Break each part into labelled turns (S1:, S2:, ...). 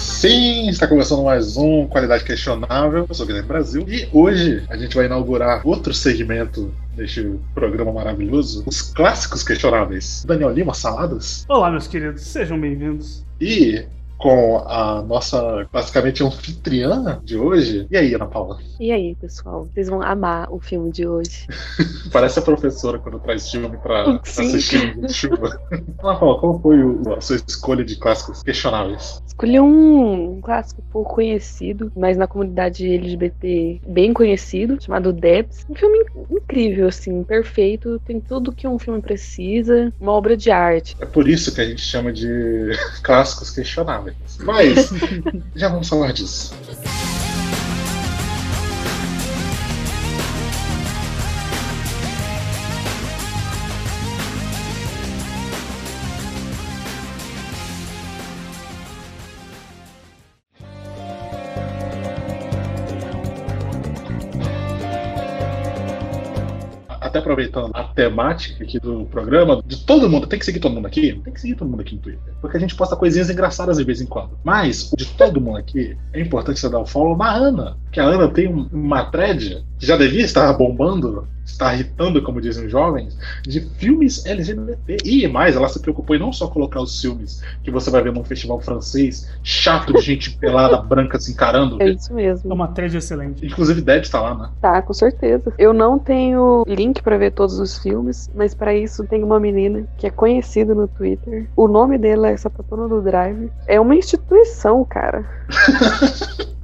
S1: Sim, está começando mais um Qualidade Questionável. Eu sou o Guilherme Brasil. E hoje a gente vai inaugurar outro segmento deste programa maravilhoso: os clássicos questionáveis. Daniel Lima, saladas?
S2: Olá, meus queridos, sejam bem-vindos.
S1: E com a nossa, basicamente, anfitriã de hoje. E aí, Ana Paula?
S3: E aí, pessoal? Vocês vão amar o filme de hoje.
S1: Parece a professora quando traz filme pra
S3: Sim.
S1: assistir de chuva. Ana Paula, qual foi o- a sua escolha de clássicos questionáveis?
S3: Escolhi um clássico pouco conhecido, mas na comunidade LGBT bem conhecido, chamado Debs. Um filme in- incrível, assim, perfeito. Tem tudo que um filme precisa. Uma obra de arte.
S1: É por isso que a gente chama de clássicos questionáveis. Mas já vamos falar disso. Até aproveitando a temática aqui do programa, de todo mundo, tem que seguir todo mundo aqui? Tem que seguir todo mundo aqui no Twitter. Porque a gente posta coisinhas engraçadas de vez em quando. Mas, de todo mundo aqui, é importante você dar o follow na Ana. Porque a Ana tem um- uma thread que já devia estar bombando, estar irritando, como dizem os jovens, de filmes LGBT. E mais, ela se preocupou em não só colocar os filmes que você vai ver num festival francês, chato de gente pelada, branca se encarando.
S3: É isso
S2: É
S3: mesmo.
S2: uma thread excelente.
S1: Inclusive, deve estar lá, né?
S3: Tá, com certeza. Eu não tenho link pra ver todos os filmes, mas pra isso tem uma menina que é conhecida no Twitter. O nome dela é Sapatona do Drive. É uma instituição, cara.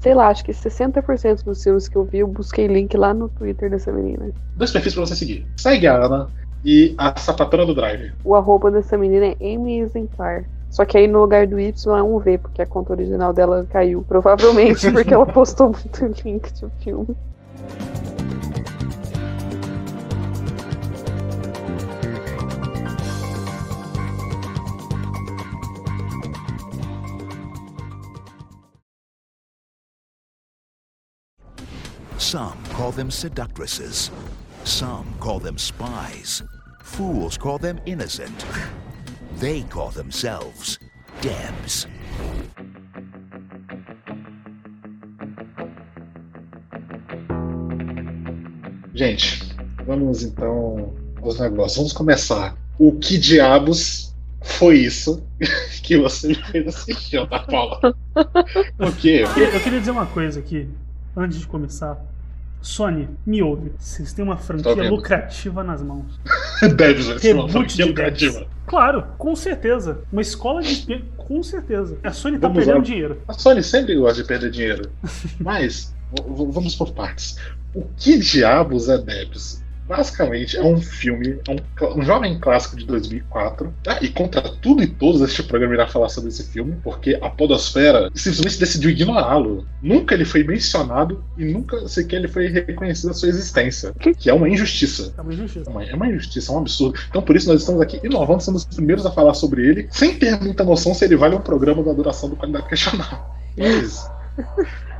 S3: Sei lá, acho que 60% dos filmes que eu vi, eu busquei link lá no Twitter dessa menina.
S1: dois perfis pra você seguir. Segue a Ana e a sapatona do Drive.
S3: O arroba dessa menina é M Exemplar. Só que aí no lugar do Y é um V, porque a conta original dela caiu. Provavelmente porque ela postou muito link de filme.
S4: Some call them seductresses. Some call them spies. Fools call them innocent. They call themselves Debs.
S1: Gente, vamos então aos negócios. Vamos começar. O que diabos foi isso que você me fez assistir, Ana Paula? Porque
S2: Eu queria- Eu queria dizer uma coisa aqui, antes de começar. Sony, me ouve. Vocês têm uma franquia
S1: ouvindo.
S2: lucrativa nas mãos.
S1: deve ser uma
S2: Reboot
S1: franquia
S2: de Debs.
S1: lucrativa.
S2: Claro, com certeza. Uma escola de espelho, com certeza. A Sony tá
S1: Vamos
S2: perdendo
S1: lá.
S2: dinheiro.
S1: A Sony sempre gosta de perder dinheiro. Mas, v- v- vamos por partes. O que diabos é Debs? Basicamente, é um filme, é um, cl- um jovem clássico de 2004. Ah, e contra tudo e todos, este programa irá falar sobre esse filme, porque a Podosfera simplesmente decidiu ignorá-lo. Nunca ele foi mencionado e nunca sequer ele foi reconhecido a sua existência, que é uma injustiça.
S2: É uma
S1: É
S2: injustiça.
S1: uma- É uma injustiça, é um absurdo. Então, por isso, nós estamos aqui inovando, sendo os primeiros a falar sobre ele, sem ter muita noção se ele vale um programa da duração do Qualidade Questionável. Mas.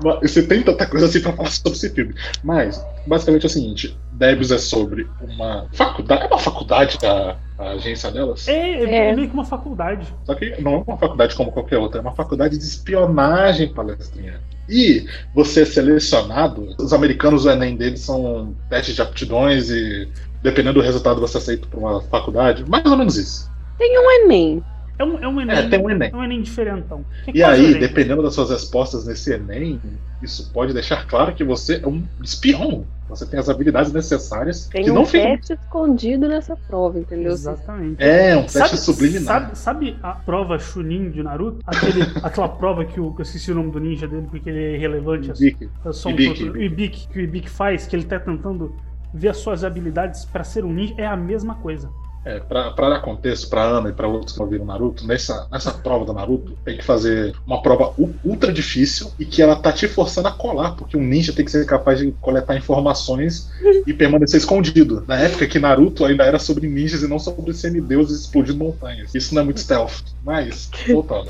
S1: mas Você tem tanta coisa assim pra falar sobre esse filme. Mas, basicamente é o seguinte: Debs é sobre uma faculdade. É uma faculdade da da agência delas?
S2: É, é
S3: É.
S2: meio que uma faculdade.
S1: Só que não é uma faculdade como qualquer outra, é uma faculdade de espionagem, palestrinha. E você é selecionado, os americanos, o Enem deles são testes de aptidões e dependendo do resultado você é aceito para uma faculdade, mais ou menos isso.
S3: Tem um Enem.
S2: É um, é um Enem.
S1: É, tem um Enem.
S2: é um Enem diferentão. É
S1: E
S2: quase um
S1: aí,
S2: Enem.
S1: dependendo das suas respostas nesse Enem, isso pode deixar claro que você é um espião. Você tem as habilidades necessárias
S3: Tem
S1: que
S3: um
S1: não ficam.
S3: teste escondido nessa prova, entendeu?
S2: Exatamente.
S1: É, um teste subliminar.
S2: Sabe, sabe a prova Chunin de Naruto? Aquele- aquela prova que, o, que eu esqueci o nome do ninja dele, porque ele é irrelevante. é só-
S1: Dick,
S2: É só um
S1: Ibiki.
S2: outro- o Ibiki, que o Ibiki faz, que ele tá tentando ver as suas habilidades pra ser um ninja, é a mesma coisa.
S1: É, pra, pra dar contexto pra Ana e pra outros que não viram Naruto, nessa, nessa prova do Naruto tem que fazer uma prova u- ultra difícil e que ela tá te forçando a colar, porque um ninja tem que ser capaz de coletar informações e permanecer escondido. Na época que Naruto ainda era sobre ninjas e não sobre semideuses explodindo montanhas. Isso não é muito stealth, mas voltando.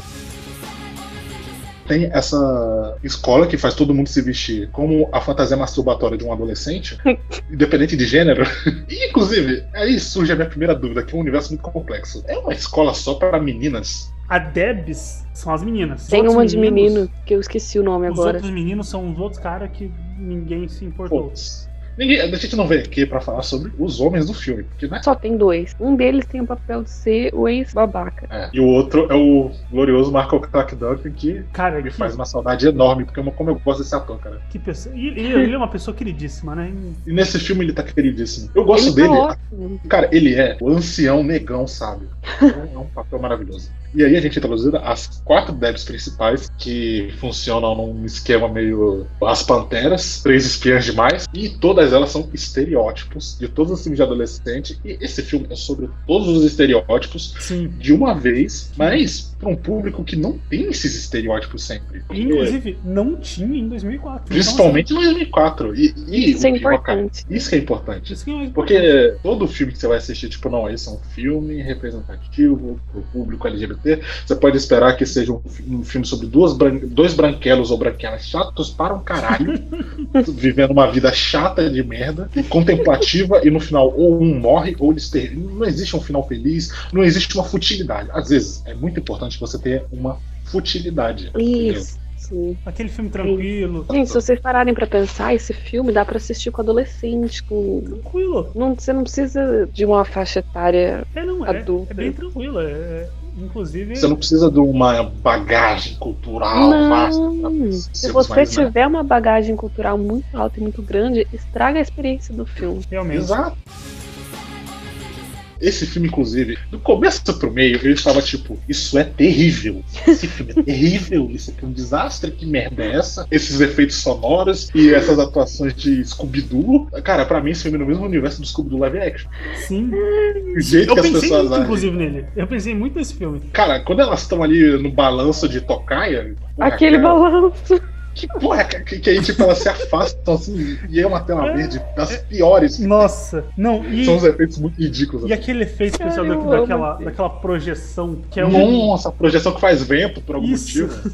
S1: Tem essa escola que faz todo mundo se vestir como a fantasia masturbatória de um adolescente, independente de gênero, e, É Inclusive, aí surge a minha primeira dúvida, que é um universo muito complexo. É uma escola só para meninas?
S2: A Debs são as meninas. Os
S3: Tem
S2: outros
S3: uma de
S2: meninos-
S3: menino, que eu esqueci o nome
S2: Os
S3: agora.
S2: outros meninos são os outros caras que ninguém se importou.
S1: Putz. Ninguém, a gente não veio aqui pra falar sobre os homens do filme, porque, né?
S3: Só tem dois. Um deles tem o papel de ser o ex-babaca.
S1: É. E o outro é o glorioso Michael Clark Duncan, que me
S2: Cara, que,
S1: faz uma saudade enorme, porque eu- como eu gosto desse ator, cara.
S2: que pessoa. E ele, ele é uma pessoa queridíssima, né?
S1: E nesse filme ele tá queridíssimo. Eu gosto
S3: ele
S1: dele.
S3: tá ótimo.
S1: Cara, ele é o ancião negão, sabe? É um papel maravilhoso. E aí a gente introduzida as quatro devs principais que funcionam num esquema meio as panteras, três espiãs demais, e todas elas são estereótipos de todos os filmes de adolescente. E esse filme é sobre todos os estereótipos
S2: Sim.
S1: de uma vez, mas para um público que não tem esses estereótipos sempre.
S2: E, Inclusive, não tinha em 2004. Então,
S1: Principalmente em 2004. E, e
S3: Isso é
S1: o que, ó, cara,
S3: importante.
S1: Isso que é
S2: assim,
S1: importante.
S2: isso que é mais importante.
S1: Porque todo filme que você vai assistir, tipo, não, esse é um filme representativo pro público LGBT, você pode esperar que seja um, fi- um filme sobre duas bran- dois branquelos ou branquelas chatos para um caralho, vivendo uma vida chata de merda, e contemplativa, e no final ou um morre ou eles ter... Não existe um final feliz, não existe uma futilidade. Às vezes, é muito importante você ter uma futilidade. entendeu?
S3: Isso. Sim.
S2: Aquele filme tranquilo.
S3: Gente, se vocês pararem pra pensar, esse filme dá pra assistir com adolescente, com.
S2: Tranquilo.
S3: Não, você não precisa de uma faixa etária.
S2: É, não, é,
S3: Adulto.
S2: é bem tranquilo. É, é- inclusive,
S1: Você não precisa de uma bagagem cultural
S3: Não.
S1: vasta. pra
S3: Se
S1: sermos
S3: você
S1: mais, né?
S3: tiver uma bagagem cultural muito alta e muito grande, estraga a experiência do filme.
S2: realmente.
S1: Exato. Esse filme, inclusive, do começo pro meio, eu estava tipo, isso é terrível. Esse filme é terrível, isso aqui é um desastre, que merda é essa? Esses efeitos sonoros e essas atuações de Scooby-Doo. Cara, pra mim, esse filme é no mesmo universo do Scooby-Doo live action.
S2: Sim.
S1: O jeito
S2: Eu
S1: que as
S2: pensei
S1: pessoas
S2: muito,
S1: agem.
S2: inclusive, nele. Eu pensei muito nesse filme.
S1: Cara, quando elas estão ali no balanço de tocaia. porra,
S3: Aquele
S1: cara,
S3: balanço.
S1: Que porra, cara, que, que aí, tipo, elas se afastam assim, e é uma tela verde das piores.
S2: Nossa. Não, e,
S1: São uns efeitos muito ridículos.
S2: e aquele efeito especial
S3: Cara, eu
S2: da-
S3: amo
S2: daquela,
S3: esse.
S2: daquela projeção que é um.
S1: Nossa, a projeção que faz vento por algum
S2: Isso.
S1: motivo.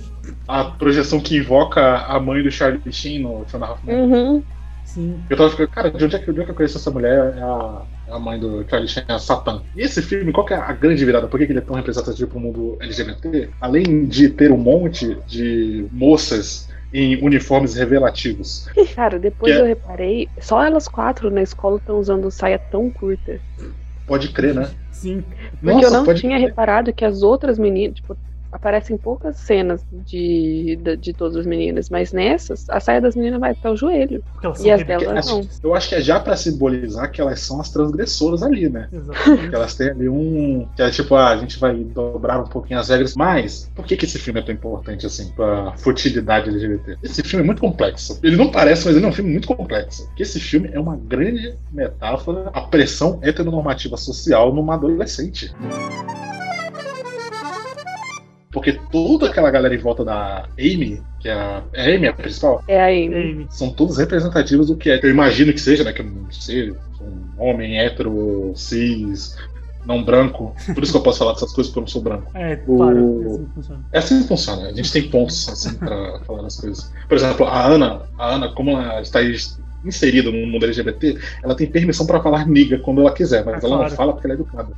S1: A projeção que invoca a mãe do Charlie Sheen no Two and a Half Men.
S3: Uhum.
S2: Sim.
S1: Eu tava ficando, cara, de onde é que, de onde é que eu conheço essa mulher? É a, é a mãe do Charlie Sheen, é a Satã. E esse filme, qual que é a grande virada? Por que que ele é tão representativo pro mundo LGBT? Além de ter um monte de moças em uniformes revelativos.
S3: Cara, depois
S1: Que é-
S3: eu reparei, só elas quatro na escola estão usando saia tão curta.
S1: Pode crer, né?
S2: Sim.
S3: Porque
S1: Nossa,
S3: eu não
S1: pode
S3: tinha
S1: crer.
S3: reparado que as outras meninas, tipo, aparecem poucas cenas de, de, de todas as meninas, mas nessas, a saia das meninas vai até o joelho.
S2: Porque elas
S3: E
S2: são
S3: as
S2: rebeldes.
S1: delas,
S3: não.
S1: Eu acho que é já pra simbolizar que elas são as transgressoras ali, né?
S2: Exatamente.
S1: Que elas têm ali um. Que é tipo, ah, a gente vai dobrar um pouquinho as regras. Mas, por que, que esse filme é tão importante, assim, pra futilidade LGBT? Esse filme é muito complexo. Ele não parece, mas ele é um filme muito complexo. Porque esse filme é uma grande metáfora à pressão heteronormativa social numa adolescente. Porque toda aquela galera em volta da Amy, que é a, é a Amy a principal,
S3: É a Amy.
S2: Amy.
S1: são todos representativos do que é. Eu imagino que seja, né? Que eu não sei, um homem hétero, cis, não branco. Por isso que eu posso falar dessas coisas porque eu não sou branco.
S2: É,
S1: O-
S2: claro, é assim que funciona.
S1: É assim que funciona. A gente tem pontos assim pra falar das coisas. Por exemplo, a Ana, a Ana, como ela está inserida no mundo LGBT, ela tem permissão pra falar niga quando ela quiser, mas
S2: Ah,
S1: ela
S2: claro.
S1: não fala porque ela é educada.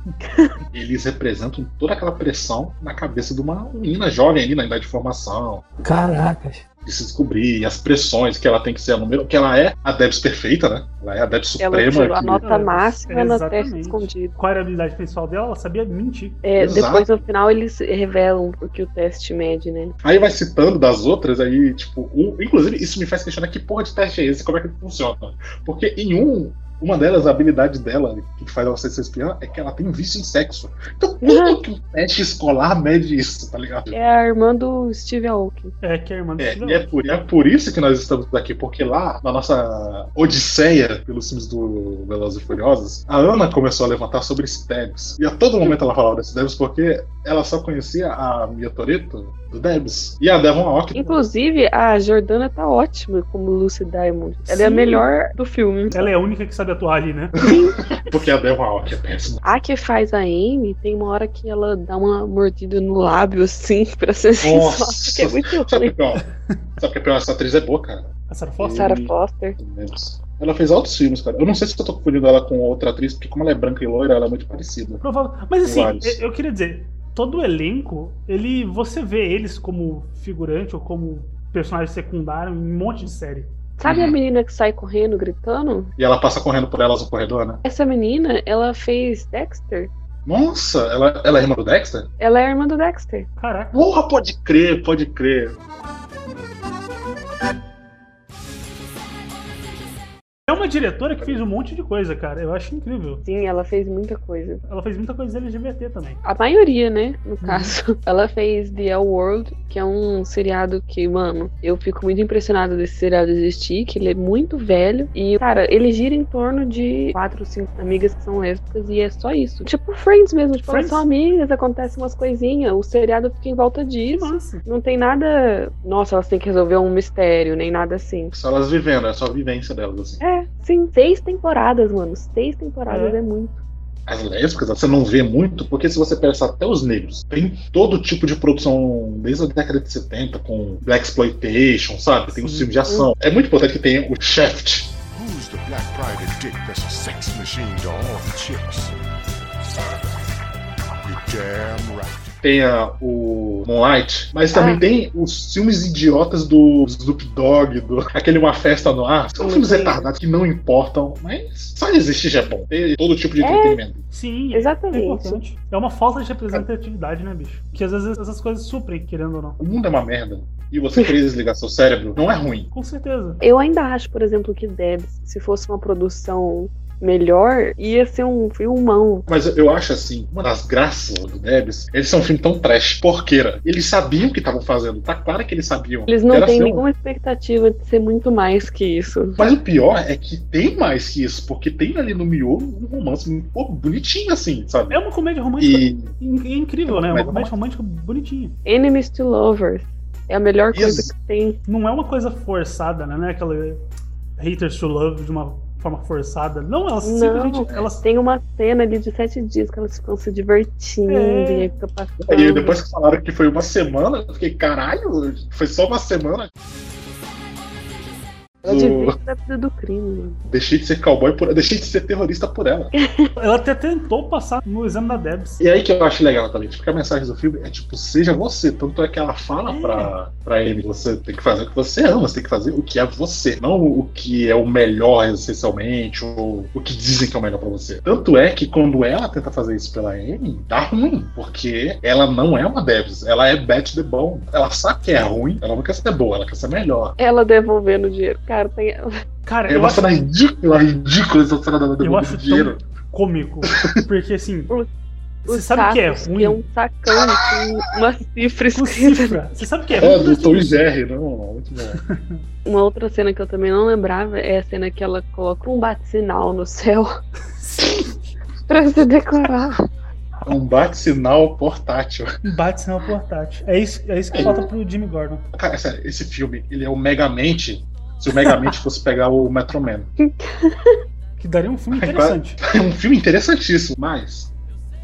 S1: Eles representam toda aquela pressão na cabeça de uma menina jovem ali na idade de formação
S5: Caracas.
S1: de se descobrir, e as pressões que ela tem que ser a número, que ela é a Debs perfeita, né? Ela é a Debs
S3: Ela
S1: suprema.
S3: tirou tipo, a
S1: que-
S3: nota máxima na testa
S2: Exatamente.
S3: escondida.
S2: Qual era a habilidade principal dela? Ela sabia mentir.
S3: É,
S1: Exato.
S3: depois no final eles revelam o que o teste mede, né?
S1: Aí vai citando das outras, aí, tipo, um... inclusive isso me faz questionar que porra de teste é esse, como é que funciona. Porque em um, uma delas, a habilidade dela, que faz ela ser sua espiã, é que ela tem um vício em sexo. Então, como que o teste escolar mede isso, tá ligado?
S3: É a irmã do Steve Aoki.
S2: É que a irmã do
S1: É,
S2: Steve
S1: e é por, é por isso que nós estamos aqui, porque lá, na nossa odisseia pelos filmes do Velozes e Furiosos, a Ana começou a levantar sobre Stabs. E a todo momento ela falava desse Debs porque ela só conhecia a Mia Toretto do Debs. E a Devon Aoki.
S3: Inclusive, a Jordana tá ótima como Lucy Diamond. Ela é a
S2: Sim.
S3: melhor do filme.
S2: Ela é a única que sabe atuar ali, né?
S1: Porque a Devon Aoki é péssima.
S3: A que faz a Amy, tem uma hora que ela dá uma mordida no lábio, assim, pra ser
S1: Nossa.
S3: sensual, que é muito
S1: Sabe o que é
S3: ruim.
S1: pior? Sabe o que é pior? Essa atriz é boa, cara.
S2: A Sarah Foster.
S3: Sarah Foster.
S1: do Debs. Ela fez altos filmes, cara. Eu não sei se eu tô confundindo ela com outra atriz, porque como ela é branca e loira, ela é muito parecida.
S2: Provável. Mas assim,
S1: Vários.
S2: eu- eu queria dizer, todo o elenco, ele você vê eles como figurante ou como personagem secundário em um monte de série.
S3: Sabe a menina que sai correndo, gritando?
S1: E ela passa correndo por elas no corredor, né?
S3: Essa menina, ela fez Dexter.
S1: Nossa, ela, ela é irmã do Dexter?
S3: Ela é a irmã do Dexter.
S2: Caraca.
S1: Porra, pode crer, pode crer.
S2: É uma diretora que fez um monte de coisa, cara. Eu acho incrível.
S3: Sim, ela fez muita coisa.
S2: Ela fez muita coisa LGBT também.
S3: A maioria, né?
S2: Uhum.
S3: No caso. Ela fez The L World, que é um seriado que, mano, eu fico muito impressionada desse seriado existir, que ele é muito velho. E, cara, ele gira em torno de quatro, cinco amigas que são lésbicas e é só isso. Tipo Friends mesmo, tipo, elas
S2: Friends?
S3: são amigas, acontecem umas coisinhas. O seriado fica em volta disso.
S2: Nossa.
S3: Não tem nada. Nossa, elas têm que resolver um mistério, nem nada assim.
S1: Só elas vivendo, é só a vivência delas, assim.
S3: É, sim. Seis temporadas, mano. Seis temporadas
S2: É.
S3: é, muito.
S1: As lésbicas você não vê muito, porque se você pensar até os negros, tem todo tipo de produção desde a década de 70, com Black Exploitation, sabe? Tem os
S2: Sim.
S1: filmes de ação. É muito importante que tenha o Shaft.
S4: Who's the black private dick that's a sex machine to all the chicks? You're damn right.
S1: Tenha o Moonlight, mas também
S3: Ah.
S1: tem os filmes idiotas do Snoop Dogg, do aquele Uma Festa no Ar. São
S3: Sim,
S1: filmes
S3: sim.
S1: retardados que não importam, mas só existir já é bom. Tem todo tipo de
S3: É.
S1: entretenimento.
S2: Sim. É
S3: Exatamente.
S2: importante. É uma falta de representatividade, né, bicho? Que às vezes essas coisas suprem, querendo ou não.
S1: O mundo é uma merda. E você querer desligar seu cérebro não é ruim.
S2: Com certeza.
S3: Eu ainda acho, por exemplo, que Debs, se fosse uma produção melhor, ia ser um filmão.
S1: Mas eu acho assim, uma das graças do Debs, eles são um filme tão trash, porqueira. Eles sabiam o que estavam fazendo, tá claro que eles sabiam.
S3: Eles não
S1: Era assim.
S3: têm
S1: seu.
S3: nenhuma expectativa de ser muito mais que isso.
S1: Mas o pior é que tem mais que isso, porque tem ali no miolo um romance muito pô, bonitinho assim, sabe?
S2: É uma comédia romântica
S1: E,
S2: in- incrível, né? É uma
S1: Mas-
S2: comédia romântica bonitinha.
S3: Enemies to Lovers é a melhor coisa
S1: Isso.
S3: que tem.
S2: Não é uma coisa forçada, né? Não é aquela haters to love de uma forma forçada. Não, elas
S3: Não.
S2: simplesmente. Elas...
S3: Tem uma cena ali de sete dias que elas ficam se divertindo
S2: É.
S3: e aí fica passando.
S1: e depois que falaram que foi uma semana, eu fiquei, caralho, foi só uma semana.
S3: Ela divide
S1: Eu
S3: da vida do crime, mano.
S1: Deixei de ser cowboy por deixei de ser terrorista por ela.
S2: Ela até tentou passar no exame da Debs.
S1: E aí que eu acho legal também, porque a mensagem do filme é tipo, seja você. Tanto é que ela fala
S2: É.
S1: pra, pra ele, você tem que fazer o que você ama, você tem que fazer o que é você, não o que é o melhor essencialmente, ou o que dizem que é o melhor pra você. Tanto é que quando ela tenta fazer isso pela Amy, dá ruim, porque ela não é uma Debs, ela é Beth the Bone. Ela sabe que é ruim, ela não quer ser boa, ela quer ser melhor.
S3: Ela devolvendo o dinheiro. Cara, tem...
S2: Cara,
S1: É
S2: eu
S1: uma
S2: acho
S1: cena ridícula, ridícula essa cena dela
S2: acho
S1: devolvendo
S2: tão-
S1: dinheiro.
S2: cômico. Porque assim.
S3: Os-
S2: Você
S3: os
S2: sabe o que é
S3: sacos,
S2: ruim?
S3: é um sacão com uma cifra
S2: Com
S3: escrita
S2: cifra. Você sabe o que é?
S1: É, do Tom e Jerry, não, muito bom.
S3: Uma outra cena que eu também não lembrava é a cena que ela coloca um bate-sinal no céu pra se decorar.
S1: É um bate-sinal portátil.
S2: Bate sinal portátil. É isso, é isso que
S1: É.
S2: falta pro Jimmy Gordon.
S1: Cara, sério, esse filme, ele é o Megamente. Se o Megamente fosse pegar o Metroman.
S2: Que daria um filme interessante.
S1: É um filme interessantíssimo, mas.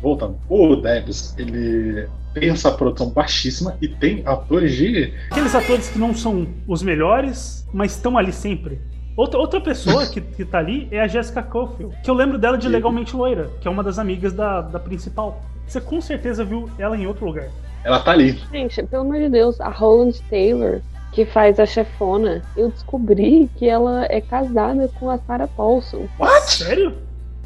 S1: Voltando. O Debs, ele tem essa produção baixíssima e tem atores de.
S2: Aqueles atores que não são os melhores, mas estão ali sempre. Outra, outra pessoa que, que tá ali é a Jessica Caulfield, que eu lembro dela de Legalmente Loira, que é uma das amigas da, da principal. Você com certeza viu ela em outro lugar.
S1: Ela tá ali.
S3: Gente, pelo amor de Deus, a Holland Taylor, que faz a chefona, eu descobri que ela é casada com a Sarah Paulson.
S1: What?
S2: Sério?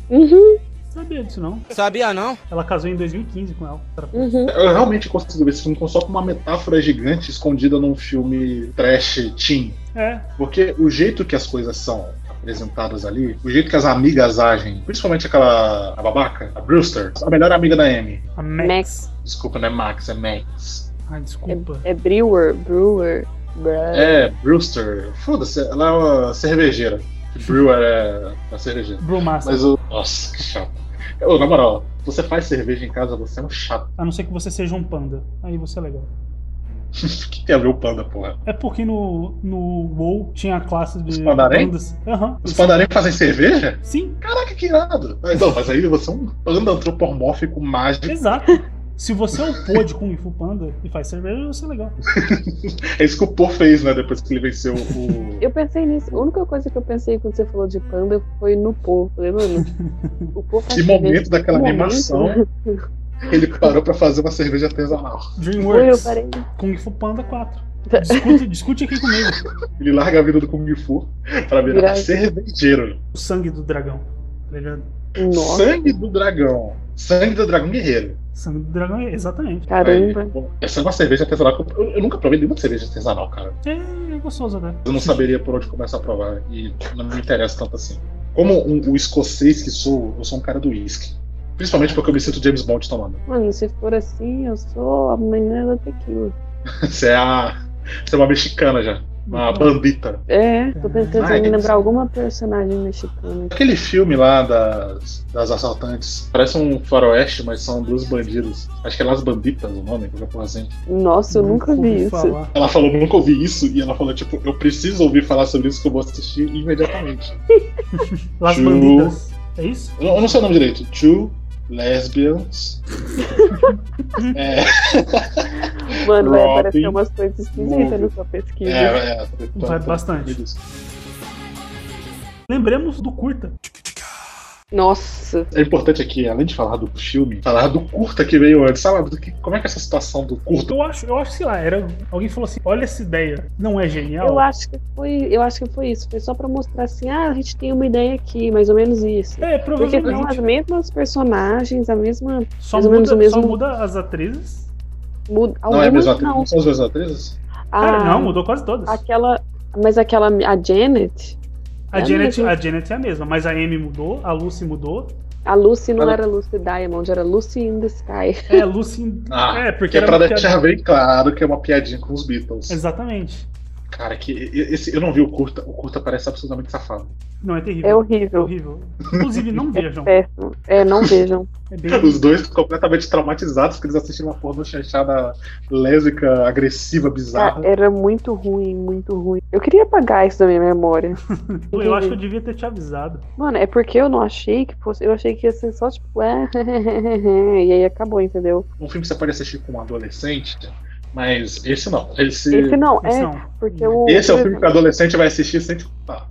S3: Uhum,
S2: Não sabia disso não.
S5: Sabia não?
S2: Ela casou em 2015 com ela. Era-
S3: uhum.
S1: Eu realmente consigo ver esse filme como só com uma metáfora gigante escondida num filme trash teen.
S2: É,
S1: Porque o jeito que as coisas são apresentadas ali, o jeito que as amigas agem, principalmente aquela a babaca, a Brewster, a melhor amiga da Amy.
S2: a Max.
S3: Max.
S1: Desculpa, não é Max, é Max.
S2: Ai, desculpa.
S3: É Brewer, Brewer, Brewer.
S1: É, Brewster. Foda-se, ela é uma cervejeira. Brewer é uma cervejeira.
S2: Brewmaster.
S1: Mas o. Nossa, que chato. Ô, na moral, você faz cerveja em casa, você é um chato.
S2: A não ser que você seja um panda. Aí você é legal.
S1: O que tem a ver o panda, porra?
S2: É porque no, no WoW tinha a classe de
S1: Os pandarém?
S2: pandas. Aham.
S1: Os pandarém fazem cerveja?
S2: Sim,
S1: Caraca, que irado. Mas, não, mas aí você é um panda antropomórfico mágico.
S2: exato. Se você é o pô de Kung Fu Panda e faz cerveja, você é legal.
S1: É isso que o Po fez, né? Depois que ele venceu o.
S3: Eu pensei nisso. A única coisa que eu pensei quando você falou de panda foi no Pô. Falei, mano, o Pô faz
S1: Que
S3: cerveja.
S1: momento né? daquela
S3: Que
S1: animação.
S3: momento.
S1: Ele parou pra fazer uma cerveja artesanal.
S3: Oi, eu
S2: DreamWorks.
S3: parei. Tá.
S2: Kung Fu Panda 4. Discute, discute aqui comigo.
S1: Ele larga a vida do Kung Fu pra virar
S3: Virar-
S1: cervejeiro.
S2: O sangue do dragão. Tá ligado?
S3: Nossa,
S1: Sangue do dragão. Sangue do dragão guerreiro.
S2: Sangue do dragão é exatamente.
S3: caramba.
S1: Aí, bom, essa é uma cerveja artesanal. que Eu, eu nunca provei nenhuma cerveja artesanal, cara.
S2: É, é gostoso até.
S1: Eu não saberia por onde começar a provar. E não me interessa tanto assim. Como um- o escocês que sou, eu sou um cara do uísque. Principalmente porque eu me sinto James Bond tomando.
S3: Mano, se for assim, eu sou a menina da tequila.
S1: Você é a. Você é uma mexicana já.
S3: Uhum.
S1: Uma bandita.
S3: É, tô tentando
S1: Ai,
S3: lembrar
S1: que-
S3: alguma personagem mexicana.
S1: Aquele filme lá das, das assaltantes. Parece um faroeste, mas são duas bandidas. Acho que é Las Banditas o nome, qualquer coisa assim.
S3: Nossa, eu nunca vi
S2: ouvi
S3: isso.
S2: falar.
S1: Ela falou, nunca ouvi isso, e ela falou, tipo, eu preciso ouvir falar sobre isso que eu vou assistir imediatamente.
S2: Las
S1: Ju.
S2: Bandidas. É isso?
S1: Eu, eu não sei o nome direito. Two Lesbians É,
S3: Mano, vai
S1: Robin,
S3: aparecer é umas coisas esquisitas
S1: Moby.
S3: na sua pesquisa.
S1: É, é,
S2: Vai bastante. Lembremos do curta.
S3: Nossa,
S1: É importante aqui, além de falar do filme, falar do curta que veio antes. Sabe do que- como é que é essa situação do curta?
S2: Eu acho, eu acho, sei lá, era. Alguém falou assim: olha essa ideia. Não é genial?
S3: eu acho que foi, eu acho que foi isso. Foi só pra mostrar assim, ah, a gente tem uma ideia aqui, mais ou menos isso.
S2: É,
S3: Porque são as
S2: provavelmente.
S3: mesmas personagens, a mesma.
S2: Só
S3: mais ou menos
S2: muda,
S3: o
S2: só
S3: mesmo-
S2: muda as atrizes.
S3: Muda,
S1: Não é a
S3: algumas
S1: mesma atriz? Não são as mesmas atrizes?
S2: Cara,
S3: A-
S2: não, mudou quase todas.
S3: Ah, Aquela. Mas aquela. A Janet,
S2: A
S3: é
S2: Janet,
S3: mesmo.
S2: a Janet é a mesma, mas a Amy mudou, a Lucy mudou.
S3: a Lucy não
S1: Ela-
S3: era Lucy Diamond, era Lucy in the Sky.
S2: É, a Lucy.
S1: Ah,
S2: é, porque
S1: Que é
S2: era
S1: pra
S2: uma piada-
S1: deixar bem claro que é uma piadinha com os Beatles.
S2: Exatamente.
S1: Cara, que esse, eu não vi o curta. O curta parece absolutamente safado.
S2: Não, é terrível.
S3: É horrível.
S2: horrível. Inclusive, não vejam.
S3: Péssimo. É, não vejam.
S2: É bem.
S1: Os dois completamente traumatizados porque eles assistiram uma porra chanchada lésbica, agressiva,
S3: Cara,
S1: bizarra.
S3: É, era muito ruim, muito ruim. Eu queria apagar isso da minha memória.
S2: Eu acho que eu devia ter te avisado.
S3: Mano, é porque eu não achei que fosse. Eu achei que ia ser só tipo. É, e aí acabou, entendeu?
S1: Um filme que você pode assistir com um adolescente, mas esse não. Esse,
S3: Esse não, é.
S2: Não,
S3: Porque o.
S1: esse é o
S3: por
S1: filme que o adolescente vai assistir sem te contar.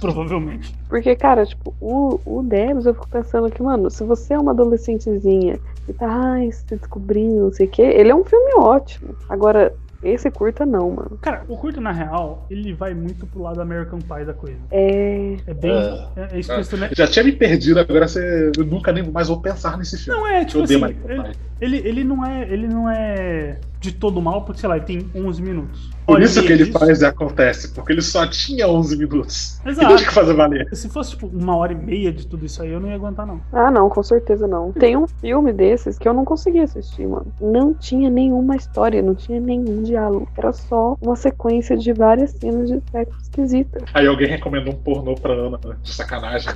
S2: provavelmente.
S3: Porque, cara, tipo, o, o Debs, eu fico pensando que, mano, se você é uma adolescentezinha e tá, ai, se descobrindo, não sei o quê, ele é um filme ótimo. Agora, esse curta não, mano.
S2: Cara, o curto, na real, ele vai muito pro lado American Pie da coisa.
S3: É.
S2: É bem.
S1: É.
S2: É, é explícito, né?
S1: Eu já tinha me perdido, agora você, eu nunca nem mais vou pensar nesse filme.
S2: Não é, tipo
S1: eu odeio
S2: assim,
S1: Mario
S2: ele,
S1: Pai.
S2: ele, ele não é, ele não é de todo mal, porque sei lá, ele tem 11 minutos.
S1: Por
S2: Olha,
S1: isso que ele
S2: disso-
S1: faz e acontece, porque ele só tinha 11 minutos.
S2: Exato.
S1: Ele tinha que fazer valer.
S2: Se fosse tipo uma hora e meia de tudo isso aí, eu não ia aguentar não.
S3: Ah, não, com certeza não. Tem um filme desses que eu não consegui assistir, mano. Não tinha nenhuma história, não tinha nenhum diálogo. Era só uma sequência de várias cenas de sexo esquisita.
S1: Aí alguém recomendou um pornô pra Ana, né? de sacanagem.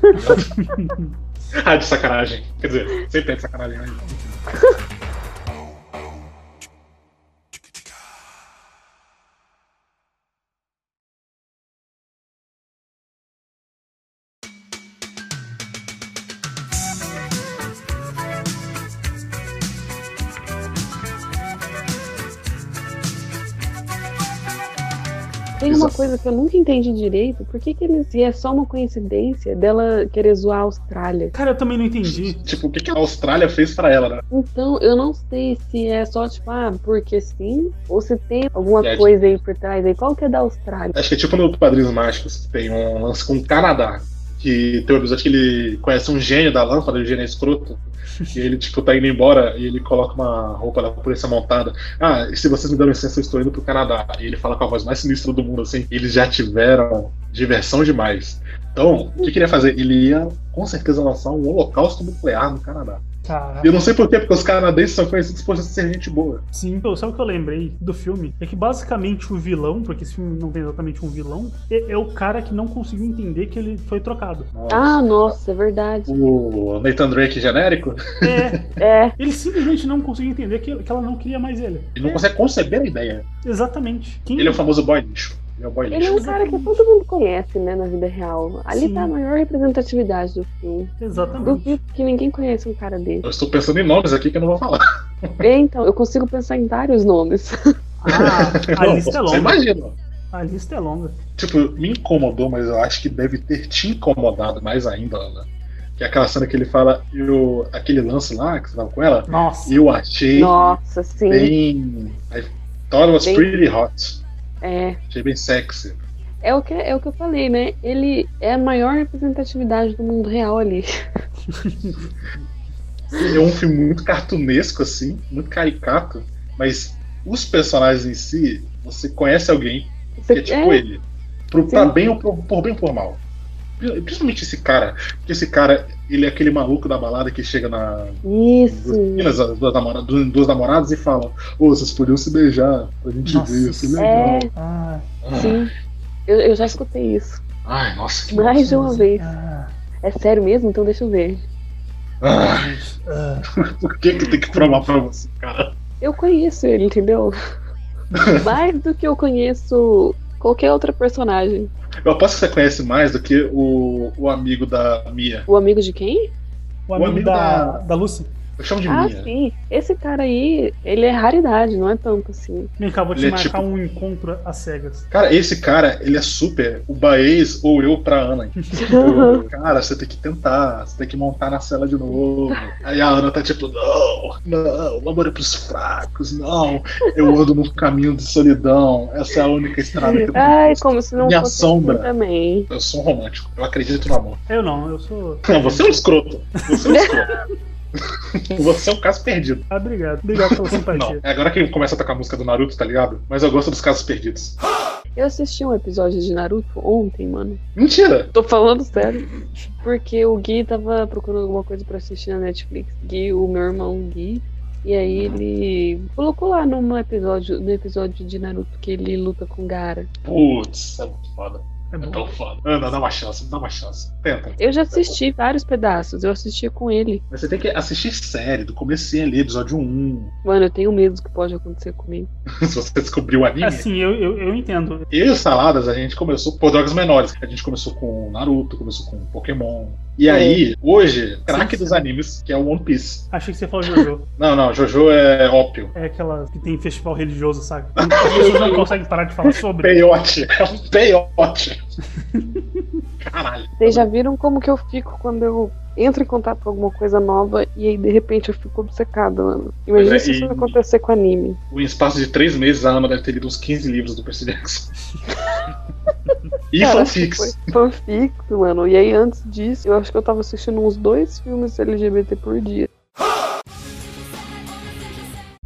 S1: ah, de sacanagem. Quer dizer, sempre é de sacanagem, né?
S3: Tem uma
S1: Exato.
S3: coisa que eu nunca entendi direito. Por que que eles... E é só uma coincidência dela querer zoar a Austrália.
S2: Cara, eu também não entendi.
S1: Tipo, o que, que a Austrália fez pra ela, né?
S3: Então, eu não sei se é só, tipo, ah, porque sim, ou se tem alguma
S1: É,
S3: coisa aí por trás aí. Qual que é da Austrália?
S1: Acho que é tipo no Padrinhos Mágicos, que tem um lance com o Canadá. Que tem um episódio que ele conhece um gênio da lâmpada, o gênio é escroto. E ele, tipo, tá indo embora e ele coloca uma roupa da polícia montada. Ah, e se vocês me dão licença, eu estou indo pro Canadá. E ele fala com a voz mais sinistra do mundo, assim. Eles já tiveram diversão demais. Então, o que que ele ia fazer? Ele ia, com certeza, lançar um holocausto nuclear no Canadá. E eu
S2: Cara,
S1: não sei porquê, porque os canadenses são conhecidos por ser gente boa.
S2: sim. Pô, sabe o que eu lembrei do filme? É que basicamente o vilão, porque esse filme não tem exatamente um vilão, é, é o cara que não conseguiu entender que ele foi trocado.
S3: Ah, nossa, é verdade.
S1: O Nathan Drake genérico,
S2: É,
S3: É,
S2: ele simplesmente não conseguiu entender que, que ela não queria mais ele.
S1: ele não
S2: É,
S1: consegue conceber a ideia.
S2: Exatamente. Quem-
S1: Ele é o famoso boy lixo. Ele é o boy
S3: ele é
S1: lixo.
S3: um cara que todo mundo conhece, né, na vida real. Ali
S2: Sim.
S3: tá a maior representatividade do filme.
S2: Exatamente.
S3: Duvido que ninguém conhece um cara dele.
S1: Eu estou pensando em nomes aqui que eu não vou falar.
S3: É, então, eu consigo pensar em vários nomes.
S2: Ah, a
S1: Não,
S2: lista é
S1: Você
S2: longa.
S1: imagina.
S2: A lista é longa.
S1: Tipo, me incomodou, mas eu acho que deve ter te incomodado mais ainda, Ana. Que é aquela cena que ele fala, eu, aquele lance lá que você tava com ela,
S2: Nossa.
S1: eu achei
S3: Nossa, sim.
S1: bem. I thought it was
S3: Bem-
S1: pretty hot.
S3: É.
S1: Achei bem sexy.
S3: É o, que, é o que eu falei, né? Ele é a maior representatividade do mundo real ali.
S1: Ele é um filme muito cartunesco, assim, muito caricato, mas os personagens em si, você conhece alguém que é
S3: Você-
S1: tipo
S3: é,
S1: ele. Pro, pra
S3: Sim.
S1: bem ou por, por bem ou por mal. Pri- Principalmente esse cara, porque esse cara, ele é aquele maluco da balada que chega na,
S3: Isso.
S1: duas meninas, as duas, namora- du- duas namoradas e fala: Ô, vocês podiam se beijar pra gente
S2: Nossa,
S1: ver, isso é legal.
S3: É,
S2: Ah,
S1: Ah,
S3: sim. Eu, eu já escutei isso.
S1: Ai, nossa, que
S3: Mais de uma
S2: Jesus.
S3: vez.
S2: Ah,
S3: É sério mesmo? Então deixa eu ver.
S1: Ah,
S2: gente. Ah.
S1: Por que que tem que provar pra você, cara?
S3: Eu conheço ele, entendeu? Mais do que eu conheço qualquer outra personagem.
S1: Eu aposto que você conhece mais do que o, o amigo da Mia.
S3: O amigo de quem?
S2: O amigo,
S1: amigo
S2: da,
S1: da-
S2: da Lucy.
S1: Eu chamo de
S3: Ah,
S1: Mia.
S3: sim. Esse cara aí, ele é raridade, não é tanto assim.
S2: Vem cá, vou te
S1: Ele é
S2: marcar
S1: tipo-
S2: um encontro às cegas.
S1: Cara, esse cara, ele é super o Baez ou eu pra Ana. Tipo, cara, você tem que tentar, você tem que montar na cela de novo. Aí a Ana tá tipo, não, não, o amor é pros fracos, não. Eu ando no caminho de solidão. Essa é a única estrada que eu
S3: Ai, como se não
S1: Minha
S3: fosse
S1: sombra.
S3: assim também.
S1: Eu sou um romântico, eu acredito no amor.
S2: Eu não, eu sou.
S1: Não, você é um escroto. Você é um escroto. você é um caso perdido.
S2: Ah, obrigado. Obrigado pela
S1: Não,
S2: simpatia.
S1: é agora que começa a tocar a música do Naruto, tá ligado? Mas eu gosto dos casos perdidos.
S3: Eu assisti um episódio de Naruto ontem, mano.
S1: Mentira!
S3: Tô falando sério. Porque o Gui tava procurando alguma coisa pra assistir na Netflix. Gui, o meu irmão Gui. E aí ele colocou lá num episódio, no episódio de Naruto que ele luta com Gara.
S1: Putz, é muito foda.
S2: É
S1: É
S2: bom.
S1: tão foda. Ana, dá uma chance, dá uma chance. Tenta.
S3: Eu já assisti vários pedaços, eu assisti com ele.
S1: Mas você tem que assistir série, do comecinho ali, episódio 1.
S3: Mano, eu tenho medo do que pode acontecer comigo.
S1: Se você descobriu o anime.
S2: Assim, eu, eu, eu entendo.
S1: Eu e os Saladas, a gente começou por drogas menores. A gente começou com Naruto, começou com Pokémon. E aí, hoje, craque
S2: Sim,
S1: dos animes, que é o One Piece.
S2: Achei que você falou Jojo.
S1: Não, não, Jojo é ópio.
S2: É aquela que tem festival religioso, sabe? As pessoas não conseguem parar de falar sobre.
S1: Peiote, é um peiote. Caralho.
S3: Vocês já viram como que eu fico quando eu entro em contato com alguma coisa nova e aí de repente eu fico obcecada, mano. Imagina
S1: Pois é,
S3: se isso
S1: e-
S3: acontecer com anime.
S1: Em espaço de três meses, a Ana deve ter lido uns 15 livros do Percy Jackson. e
S3: Cara, foi
S1: fanfics.
S3: Fanfics, mano. E aí antes disso, eu acho que eu tava assistindo uns dois filmes LGBT por dia.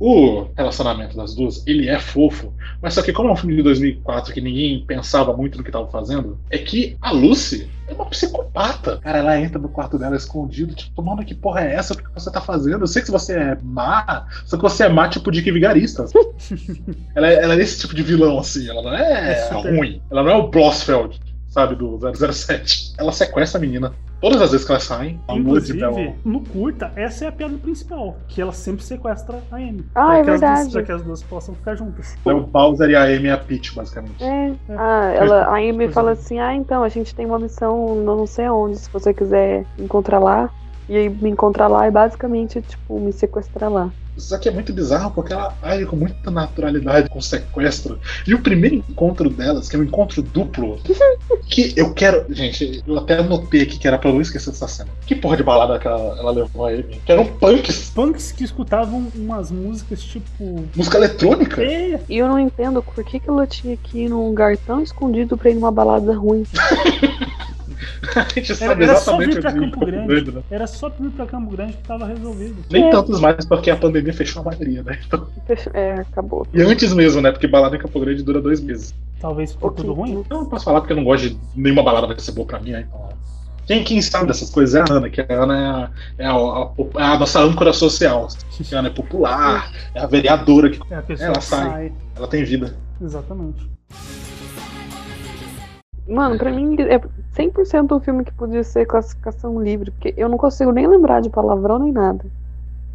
S1: O relacionamento das duas, ele é fofo, mas só que como é um filme de 2004 que ninguém pensava muito no que tava fazendo, é que a Lucy é uma psicopata. Cara, ela entra no quarto dela escondido, tipo, mano, que porra é essa? O que você tá fazendo? Eu sei que você é má, só que você é má tipo Dick Vigarista. ela, é- ela é esse tipo de vilão, assim, ela não é
S2: É super.
S1: ruim, ela não é o Blossfeld, sabe, do 007. Ela sequestra a menina todas as vezes que elas saem, a é tá lua de
S2: Inclusive,
S1: Bel.
S2: no curta, essa é a piada principal, que ela sempre sequestra a Amy.
S3: Ah,
S2: pra
S3: é
S2: que as duas-
S3: verdade.
S2: pra que as duas possam ficar juntas.
S1: é O Bowser e a Amy e a Peach, basicamente.
S3: É.
S2: É.
S3: Ah, ela, a Amy
S1: Tipo,
S2: Pois
S3: fala
S2: é.
S3: assim: ah, então, a gente tem uma missão não sei onde, se você quiser me encontrar lá. E aí me encontrar lá é basicamente, tipo, me sequestrar lá.
S1: Só que é muito bizarro porque ela age com muita naturalidade com o sequestro. E o primeiro encontro delas, que é um encontro duplo, que eu quero. Gente, eu até anotei aqui que era pra eu não esquecer dessa cena. Que porra de balada que ela, ela levou aí? Que um eram punks,
S2: Punks que escutavam umas músicas tipo.
S1: música eletrônica.
S2: É,
S3: E eu não entendo por que, que ela tinha que ir num lugar tão escondido pra ir numa balada ruim.
S1: A gente sabe
S2: era só
S1: exatamente
S2: vir pra
S1: onde
S2: Campo Grande.
S1: doido, né?
S2: era só pra ir pra Campo Grande que tava resolvido.
S1: Nem
S3: É.
S1: tantos mais, porque a pandemia fechou a maioria, né? Então-
S3: Fech- É, acabou.
S1: e antes mesmo, né? Porque balada em Campo Grande dura dois meses.
S2: Talvez
S3: O
S2: ficou
S3: que-
S2: É tudo ruim.
S1: Eu não posso falar porque eu não gosto de nenhuma balada vai ser boa pra mim, né? Então, quem, quem sabe dessas coisas é a Ana, que a Ana é a, é a- a- é a nossa âncora social. Que a Ana é popular, é a vereadora, que
S2: É a pessoa
S1: Ela
S2: que sai.
S1: ela tem vida.
S2: Exatamente.
S3: Mano, pra mim é 100% um filme que podia ser classificação livre, porque eu não consigo nem lembrar de palavrão nem nada.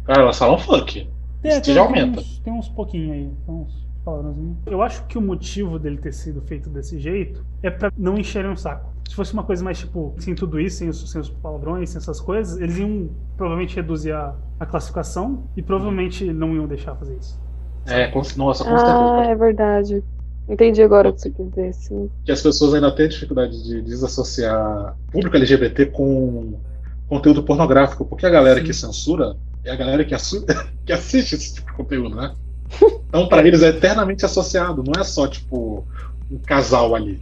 S1: Cara, ela só é um funk. Isso já aumenta.
S2: Uns, tem uns pouquinho aí, tem uns palavrãozinhos. Eu acho que o motivo dele ter sido feito desse jeito é pra não encherem o saco. Se fosse uma coisa mais tipo, sem tudo isso, sem os, sem os palavrões, sem essas coisas, eles iam provavelmente reduzir a, a classificação e provavelmente não iam deixar fazer isso.
S1: É, com, nossa, com
S3: Ah,
S1: certeza.
S3: é verdade. Entendi agora o que você quis dizer, sim.
S1: Que as pessoas ainda têm dificuldade de desassociar público LGBT com conteúdo pornográfico, porque a galera
S2: Sim.
S1: que censura é a galera que, assu- que assiste esse tipo de conteúdo, né? Então, pra eles é eternamente associado, não é só, tipo, um casal ali.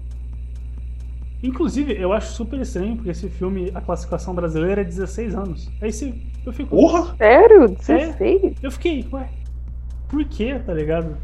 S2: Inclusive, eu acho super estranho, porque esse filme, a classificação brasileira é 16 anos. Aí se, eu fico.
S1: Porra!
S3: Sério? 16?
S2: Eu fiquei, ué. Por quê, tá ligado?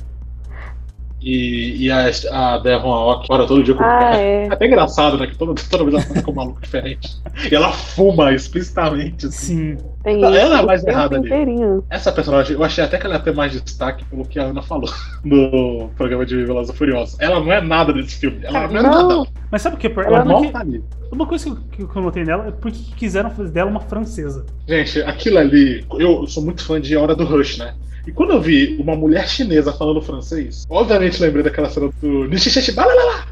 S1: E, e a, a Devon Aoki ora todo dia com
S3: Ah, é.
S1: É até engraçado, né? Que toda, toda vez ela fala com um maluco diferente. E ela fuma explicitamente. assim.
S2: Sim.
S3: Tem
S1: Ela é
S3: isso
S1: a
S3: o
S1: mais
S3: tempo
S1: errada ali.
S3: inteirinho.
S1: Essa personagem, eu achei até que ela ia ter mais destaque pelo que a Ana falou no programa de Veloz e Furiosa. Ela não é nada desse filme. Ela não é
S3: Não,
S1: nada.
S2: Mas sabe o que? Por-
S1: Ela
S2: é porque-
S1: mal tá ali.
S2: uma coisa que eu- que, eu notei nela é porque que quiseram fazer dela uma francesa.
S1: Gente, aquilo ali. Eu sou muito fã de A Hora do Rush, né? E quando eu vi uma mulher chinesa falando francês, obviamente lembrei daquela cena do Nishishishi Balalala.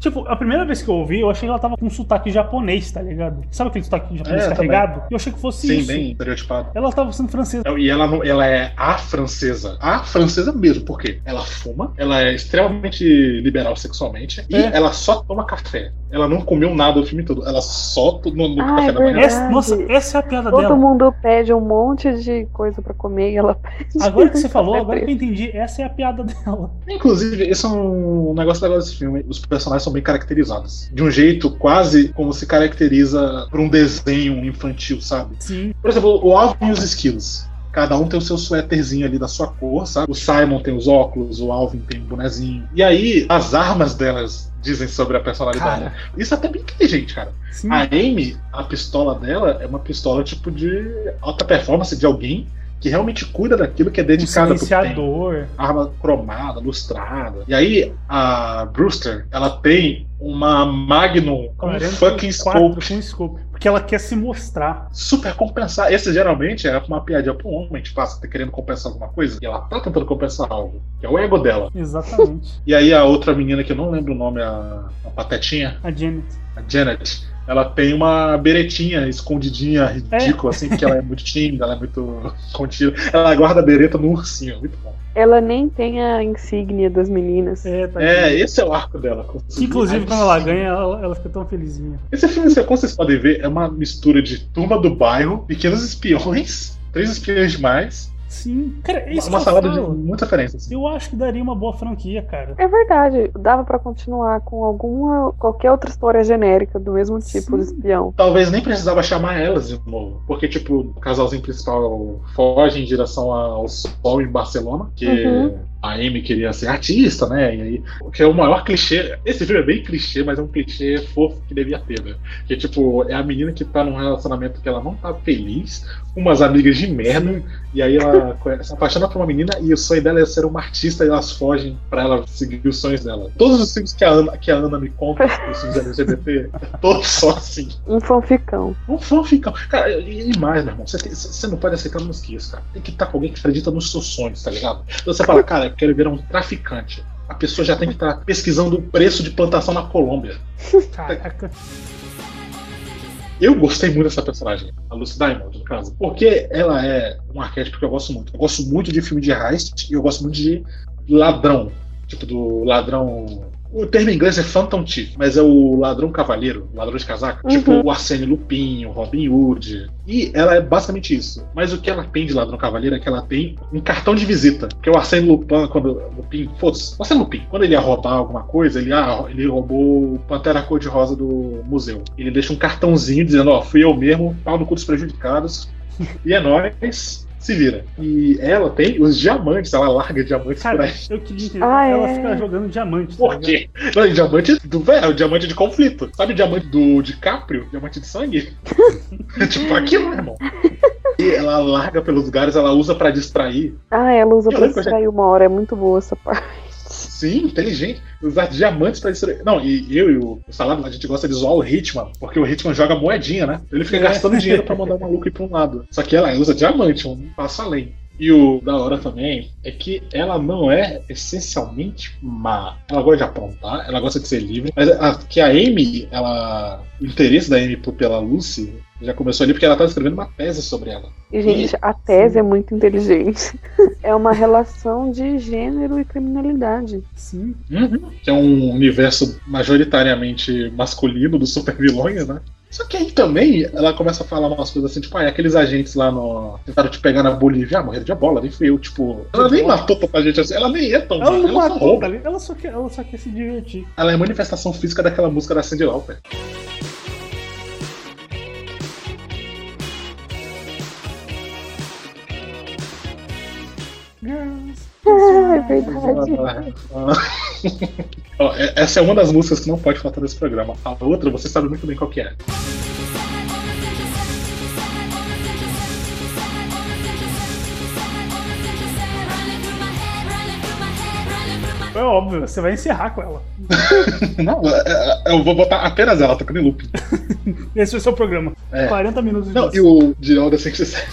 S2: Tipo, a primeira vez que eu ouvi, eu achei que ela tava com um sotaque japonês, tá ligado? Sabe aquele sotaque japonês
S1: É, eu também.
S2: carregado? Eu achei que fosse
S1: Sim,
S2: isso.
S1: bem estereotipado.
S2: Ela tava sendo francesa.
S1: E ela, não- ela é a francesa. A francesa mesmo, por quê? Ela fuma, ela é extremamente liberal sexualmente e
S2: É.
S1: ela só toma café. Ela não comeu nada o filme todo. Ela só to- no, no
S3: Ah,
S1: café
S3: é
S1: da manhã.
S3: verdade.
S2: Essa- nossa, essa é a piada
S3: Todo
S2: dela.
S3: mundo pede um monte de coisa pra comer e ela pede.
S2: Agora que você falou,
S3: café
S2: agora que
S3: preto.
S2: eu entendi, essa é a piada dela.
S1: Inclusive, esse é um negócio legal desse filme. Os personagens são bem caracterizados. De um jeito quase como se caracteriza por um desenho infantil, sabe?
S2: Sim.
S1: Por exemplo, o Alvin e os esquilos. Cada um tem o seu suéterzinho ali da sua cor, sabe? O Simon tem os óculos, o Alvin tem o bonezinho. E aí, as armas delas dizem sobre a personalidade.
S2: Cara, Hum.
S1: Isso é até bem inteligente, cara.
S2: sim.
S1: A Amy, a pistola dela é uma pistola tipo de alta performance de alguém que realmente cuida daquilo que é
S2: um
S1: dedicado pro que tem.
S2: silenciador.
S1: Arma cromada, lustrada. E aí, a Brewster, ela tem uma Magnum com um
S2: 44
S1: fucking scope
S2: com um scope. Porque ela quer se mostrar.
S1: super compensar. Esse geralmente é uma piadinha pro homem, tipo, ah, você tá querendo compensar alguma coisa? E ela tá tentando compensar algo, que é o ego dela.
S2: Exatamente.
S1: E aí a outra menina, que eu não lembro o nome, a, a Patetinha,
S2: A Janet.
S1: a Janet, ela tem uma beretinha
S2: É.
S1: escondidinha, ridícula, assim, porque ela é muito tímida, ela é muito contida. Ela guarda a bereta no ursinho, muito bom.
S3: Ela nem tem a insígnia das meninas.
S2: É, tá
S1: É,
S2: aqui.
S1: esse é o arco dela.
S2: Que, inclusive, quando ela ganha, ela, ela fica tão felizinha.
S1: Esse filme, assim, como vocês podem ver, é uma mistura de Turma do Bairro, Pequenos Espiões, Três Espiões Demais,
S2: Sim. Cara, é isso
S1: uma
S2: que eu
S1: salada de
S2: falo.
S1: muita referência. Assim.
S2: Eu acho que daria uma boa franquia, cara.
S3: É verdade, dava pra continuar com alguma qualquer outra história genérica do mesmo tipo de
S2: Sim.
S3: espião.
S1: talvez nem precisava chamar elas de novo. Porque, tipo, o casalzinho principal foge em direção ao sol em Barcelona, que
S3: Uhum.
S1: a Amy queria ser artista, né? E aí, que é o maior clichê. Esse filme é bem clichê, mas é um clichê fofo que devia ter, né? Que, tipo, é a menina que tá num relacionamento que ela não tá feliz, com umas amigas de merda, e aí ela conhece- se apaixona por uma menina e o sonho dela é ser uma artista e elas fogem pra ela seguir os sonhos dela. Todos os filmes que a Ana, que a Ana me conta, os filmes LGBT, todos são assim.
S3: Um fanficão.
S1: Um fanficão. Cara, e e mais, meu irmão, você, tem- você não pode aceitar menos que isso, cara. Tem que estar com alguém que acredita nos seus sonhos, tá ligado? Então você fala, cara, eu quero virar um traficante. A pessoa já tem que estar pesquisando o preço de plantação na Colômbia.
S2: Caraca.
S1: Eu gostei muito dessa personagem, a Lucy Diamond, no caso. Porque ela é um arquétipo que eu gosto muito. Eu gosto muito de filme de heist e eu gosto muito de ladrão. Tipo, do ladrão. O termo em inglês é Phantom Thief, mas é o ladrão cavaleiro, ladrão de casaca.
S3: Uhum.
S1: Tipo o Arsênio Lupin, o Robin Hood. E ela é basicamente isso. Mas o que ela tem de ladrão cavaleiro é que ela tem um cartão de visita. Porque o Arsênio Lupin, quando. Lupin, foda-se. O Arsênio Lupin, quando ele ia roubar alguma coisa, ele, ah, ele roubou o Pantera Cor-de-Rosa do museu. Ele deixa um cartãozinho dizendo: ó, fui eu mesmo, pau no cu dos prejudicados. e é nóis. Se vira. E ela tem os diamantes, ela larga diamantes por
S2: Cara,
S1: aí.
S2: eu queria entender.
S3: Ah,
S2: ela
S3: é.
S2: fica jogando diamante. tá
S1: Por
S2: ligado?
S1: quê? Não, e diamante do velho, é o diamante de conflito. Sabe o diamante do DiCaprio? Diamante de sangue? tipo aquilo, meu irmão. E ela larga pelos lugares, ela usa pra distrair.
S3: Ah, ela usa
S1: Eu
S3: pra
S1: lembro que eu já-
S3: distrair uma hora, é muito boa essa parte.
S1: Sim, inteligente. Usar diamantes pra distrair. Não, e eu e o Salado, a gente gosta de zoar o Hitman, porque o Hitman joga moedinha, né? Ele fica
S2: É.
S1: gastando dinheiro pra mandar o maluco ir pra um lado. Só que ela usa diamante, um passo além. E o da hora também é que ela não é essencialmente má. Ela gosta de aprontar, ela gosta de ser livre. Mas a- que a Amy, ela. O interesse da Amy por- pela Lucy já começou ali porque ela tá escrevendo uma tese sobre ela.
S3: E, gente, a tese é muito inteligente. É uma relação de gênero e criminalidade.
S2: Sim.
S1: Que é um universo majoritariamente masculino dos supervilões, né? Só que aí também ela começa a falar umas coisas assim, tipo, ah, e aqueles agentes lá no. tentaram te pegar na Bolívia, ah, morreram de ebola, nem fui eu, tipo. Ela nem matou pra gente assim, ela nem é tão
S2: Ela
S1: má,
S2: não
S1: só
S2: matou,
S1: rouba.
S2: tá ligado? Ela só quer, ela só quer se divertir.
S1: Ela é manifestação física daquela música da Cindy Lauper.
S2: Girls.
S3: Ah, é verdade.
S1: Ó, é- Essa é uma das músicas que não pode faltar nesse programa. A outra, você sabe muito bem qual que é.
S2: É óbvio, você vai encerrar com ela.
S1: Não, é- é- eu vou botar apenas ela, tocando em loop.
S2: Esse foi o seu programa.
S1: É.
S2: 40 minutos de
S1: Não, e
S2: você.
S1: o de Elder 107.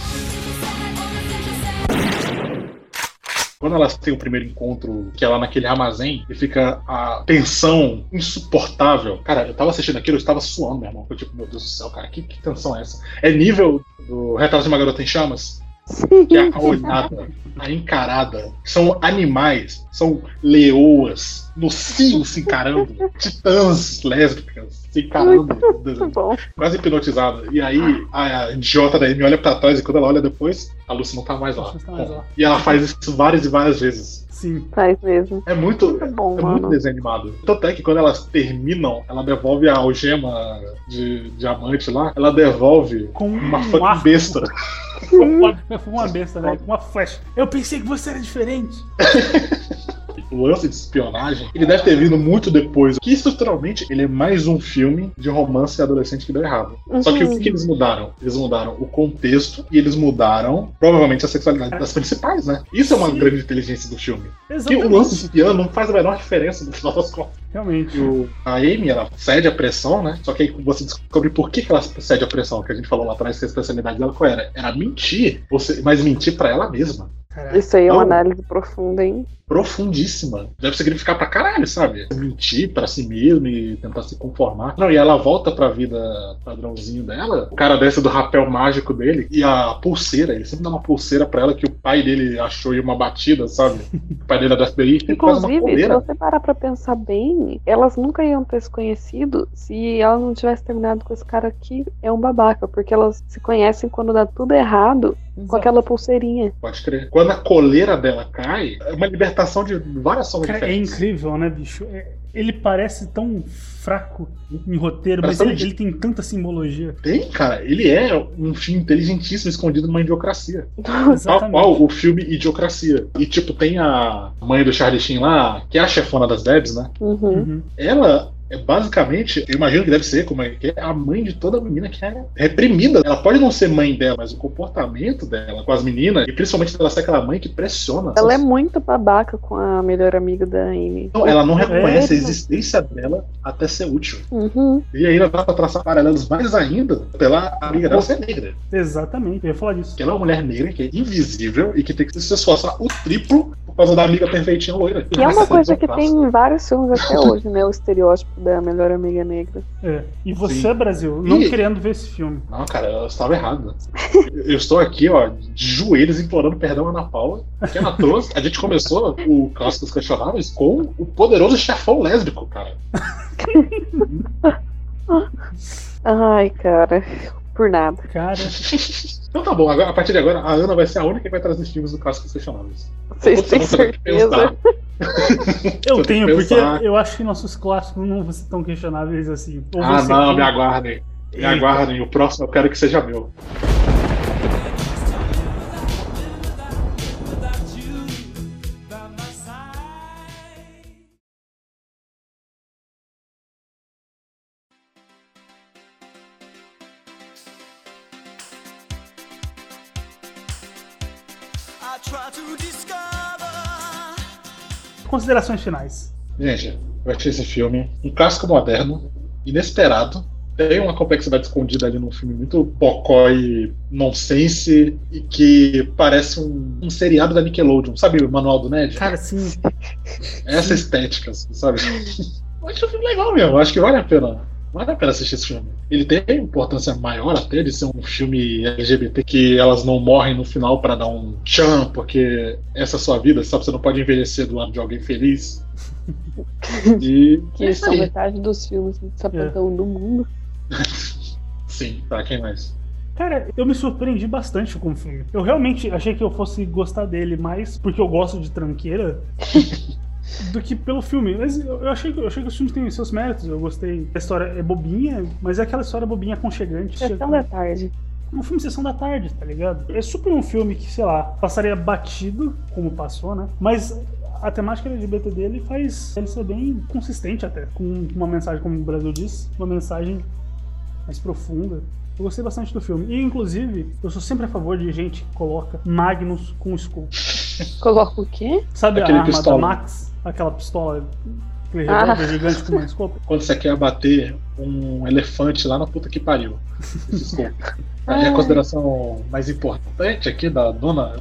S1: Quando elas têm o primeiro encontro, que é lá naquele armazém, e fica a tensão insuportável. Cara, eu tava assistindo aquilo, eu estava suando, meu irmão. Eu, tipo, meu Deus do céu, cara, que, que tensão é essa? É nível do Retrato de uma Garota em Chamas?
S3: Sim.
S1: que é a olhada, a encarada, são animais, são leoas, no cio se encarando, titãs lésbicas se encarando,
S3: Muito bom.
S1: quase hipnotizada. E aí a idiota da Amy olha pra trás e quando ela olha depois, a Lucy não tá mais lá.
S2: Não tá mais lá.
S1: E ela faz isso várias e várias vezes.
S2: Sim.
S3: Faz mesmo.
S1: É muito.
S3: Muito bom,
S1: É muito
S3: mano.
S1: desenho animado. Tanto é que quando elas terminam, ela devolve a algema de diamante lá, ela devolve
S2: Com
S1: uma
S2: um
S1: fucking
S2: arco.
S1: besta.
S2: Foi uma besta, né? Com Uma flecha. Eu pensei que você era diferente.
S1: o lance de espionagem, ele deve ter vindo muito depois. Que estruturalmente ele é mais um filme de romance adolescente que deu errado. Só
S3: Uhum.
S1: que o que que eles mudaram? Eles mudaram o contexto e eles mudaram provavelmente a sexualidade das principais, né? Isso é uma
S2: Sim.
S1: grande inteligência do filme. Que o
S2: Exatamente.
S1: lance de espião não faz a menor diferença no final das contas.
S2: Realmente.
S1: E o- a Amy, ela cede à pressão, né? Só que aí você descobre por que que ela cede à pressão, que a gente falou lá atrás que a especialidade dela qual era? Era mentir, ou se- mas mentir pra ela mesma.
S2: Caraca.
S3: Isso aí é uma
S1: Não.
S3: análise profunda, hein?
S1: profundíssima. Deve significar pra caralho, sabe? Mentir pra si mesmo e tentar se conformar. Não, e ela volta pra vida padrãozinho dela. O cara desce do rapel mágico dele e a pulseira, ele sempre dá uma pulseira pra ela que o pai dele achou em uma batida, sabe? O pai dele é da FBI. Ele faz uma
S3: Inclusive, se
S1: coleira.
S3: você parar pra pensar bem, elas nunca iam ter se conhecido se elas não tivessem terminado com esse cara que é um babaca, porque elas se conhecem quando dá tudo errado com
S2: Exato.
S3: aquela pulseirinha.
S1: Pode crer. Quando a coleira dela cai, é uma libertação de várias formas
S2: Cara, é
S1: diferentes.
S2: incrível, né, bicho? É- ele parece tão fraco em roteiro, mas
S1: Parece
S2: ele,
S1: tão-
S2: ele tem tanta simbologia.
S1: Tem, cara. Ele é um filme inteligentíssimo escondido numa idiocracia. Tal
S2: Exatamente.
S1: qual o filme Idiocracia. E, tipo, tem a mãe do Charlie Sheen lá, que é a chefona das Debs, né?
S3: Uhum.
S2: Uhum.
S1: Ela é basicamente, eu imagino que deve ser, como é que é, a mãe de toda menina que é reprimida. Ela pode não ser mãe dela, mas o comportamento dela com as meninas, e principalmente ela ser aquela mãe que pressiona.
S3: Ela é muito babaca com a melhor amiga da Amy.
S1: Não, ela não reconhece a
S3: É.
S1: existência dela até ser útil.
S3: Uhum.
S1: E aí ela dá pra traçar paralelos mais ainda pela amiga dela ser negra.
S2: Exatamente. Eu ia falar disso.
S1: Que ela é uma mulher negra que é invisível e que tem que se esforçar o triplo por causa da amiga perfeitinha loira.
S3: Que é uma
S1: Nossa,
S3: coisa que
S1: isso é um
S3: tem
S1: clássico.
S3: em vários filmes até hoje, né? O estereótipo da melhor amiga negra.
S2: É. E você, Brasil,
S1: E-
S2: não querendo ver esse filme.
S1: Não, cara, eu estava errado. Eu estou aqui, ó, de joelhos implorando perdão a Ana Paula, que ela trouxe. A gente começou o Clássicos Questionáveis com o poderoso chefão lésbico, cara.
S3: Ai, cara, por nada.
S2: Cara,
S1: Então tá bom, agora, a partir de agora, a Ana vai ser a única que vai trazer filmes do Clássicos Questionáveis.
S3: Vocês têm
S1: Você vai ter que
S3: certeza?
S1: pensar.
S2: eu
S1: Você tem
S2: tenho,
S1: que
S2: porque
S1: pensar.
S2: eu acho que nossos clássicos não vão ser tão questionáveis assim. Ou
S1: Ah,
S2: você
S1: não,
S2: aqui-
S1: me aguardem. Me
S2: Eita.
S1: aguardem, o próximo eu quero que seja meu.
S5: I try to discover
S2: Considerações finais.
S1: Gente, vai ser esse filme, um clássico moderno, inesperado. Tem uma complexidade escondida ali num filme muito bocó e nonsense e que parece um, um seriado da Nickelodeon. Sabe o Manual do Ned?
S2: Cara, assim,
S1: Essa estética, assim, sabe? Eu acho um filme legal mesmo, acho que vale a pena. Vale a pena assistir esse filme. Ele tem uma importância maior até de ser um filme LGBT que elas não morrem no final pra dar um tchan, porque essa é a sua vida, sabe? Você não pode envelhecer do lado de alguém feliz. E. é
S3: Que
S1: isso
S3: são
S1: aí. É.
S3: metade dos filmes de sapatão do mundo.
S1: Sim, tá, quem mais?
S2: Cara, eu me surpreendi bastante com o filme. Eu realmente achei que eu fosse gostar dele mais porque eu gosto de tranqueira do que pelo filme. Mas eu eu achei, que- eu achei que os filmes têm seus méritos. Eu gostei. A história é bobinha, mas é aquela história bobinha aconchegante.
S3: Sessão da tarde.
S2: um filme Sessão da Tarde, tá ligado? É super um filme que, sei lá, passaria batido, como passou, né? Mas a temática LGBT dele faz ele ser bem consistente até, com uma mensagem, como o Brasil diz, uma mensagem mais profunda. Eu gostei bastante do filme. E, inclusive, eu sou sempre a favor de gente que coloca Magnus com Skull.
S3: Coloca o quê?
S2: Sabe
S1: Aquele
S2: a arma
S1: pistola.
S2: da Max? Aquela pistola, aquele
S3: Ah.
S2: revólver gigante com uma escopa?
S1: Quando você quer bater um elefante lá na puta que pariu. Desculpa. A minha
S3: Ah.
S1: consideração mais importante aqui da dona.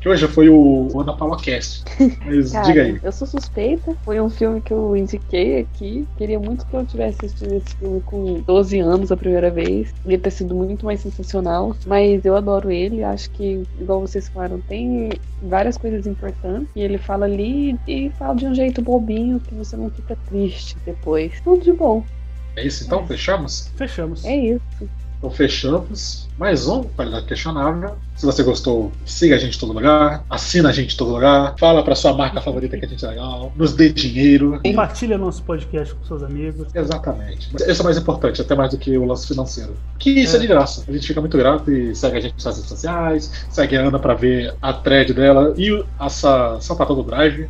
S1: Que hoje foi o Ana Palocast. Mas
S3: Cara,
S1: diga aí.
S3: eu sou suspeita. Foi um filme que eu indiquei aqui. Queria muito que eu tivesse assistido esse filme com 12 anos a primeira vez. Ia ter sido muito mais sensacional. Mas eu adoro ele. Acho que, igual vocês falaram, tem várias coisas importantes. E ele fala ali e fala de um jeito bobinho que você não fica triste depois. Tudo de bom.
S1: É isso então? Fechamos?
S2: Fechamos.
S3: É isso.
S1: Então fechamos mais um Qualidade Questionável. Se você gostou, siga a gente em todo lugar, assina a gente em todo lugar, fala pra sua marca favorita que a gente é legal, nos dê dinheiro.
S2: Compartilha nosso podcast com seus amigos.
S1: Exatamente. Mas Isso é mais importante, até mais do que o lance financeiro. Que isso é, de graça. A gente fica muito grato e segue a gente nas redes sociais, segue a Ana pra ver a thread dela e o- essa sapatão do Drive.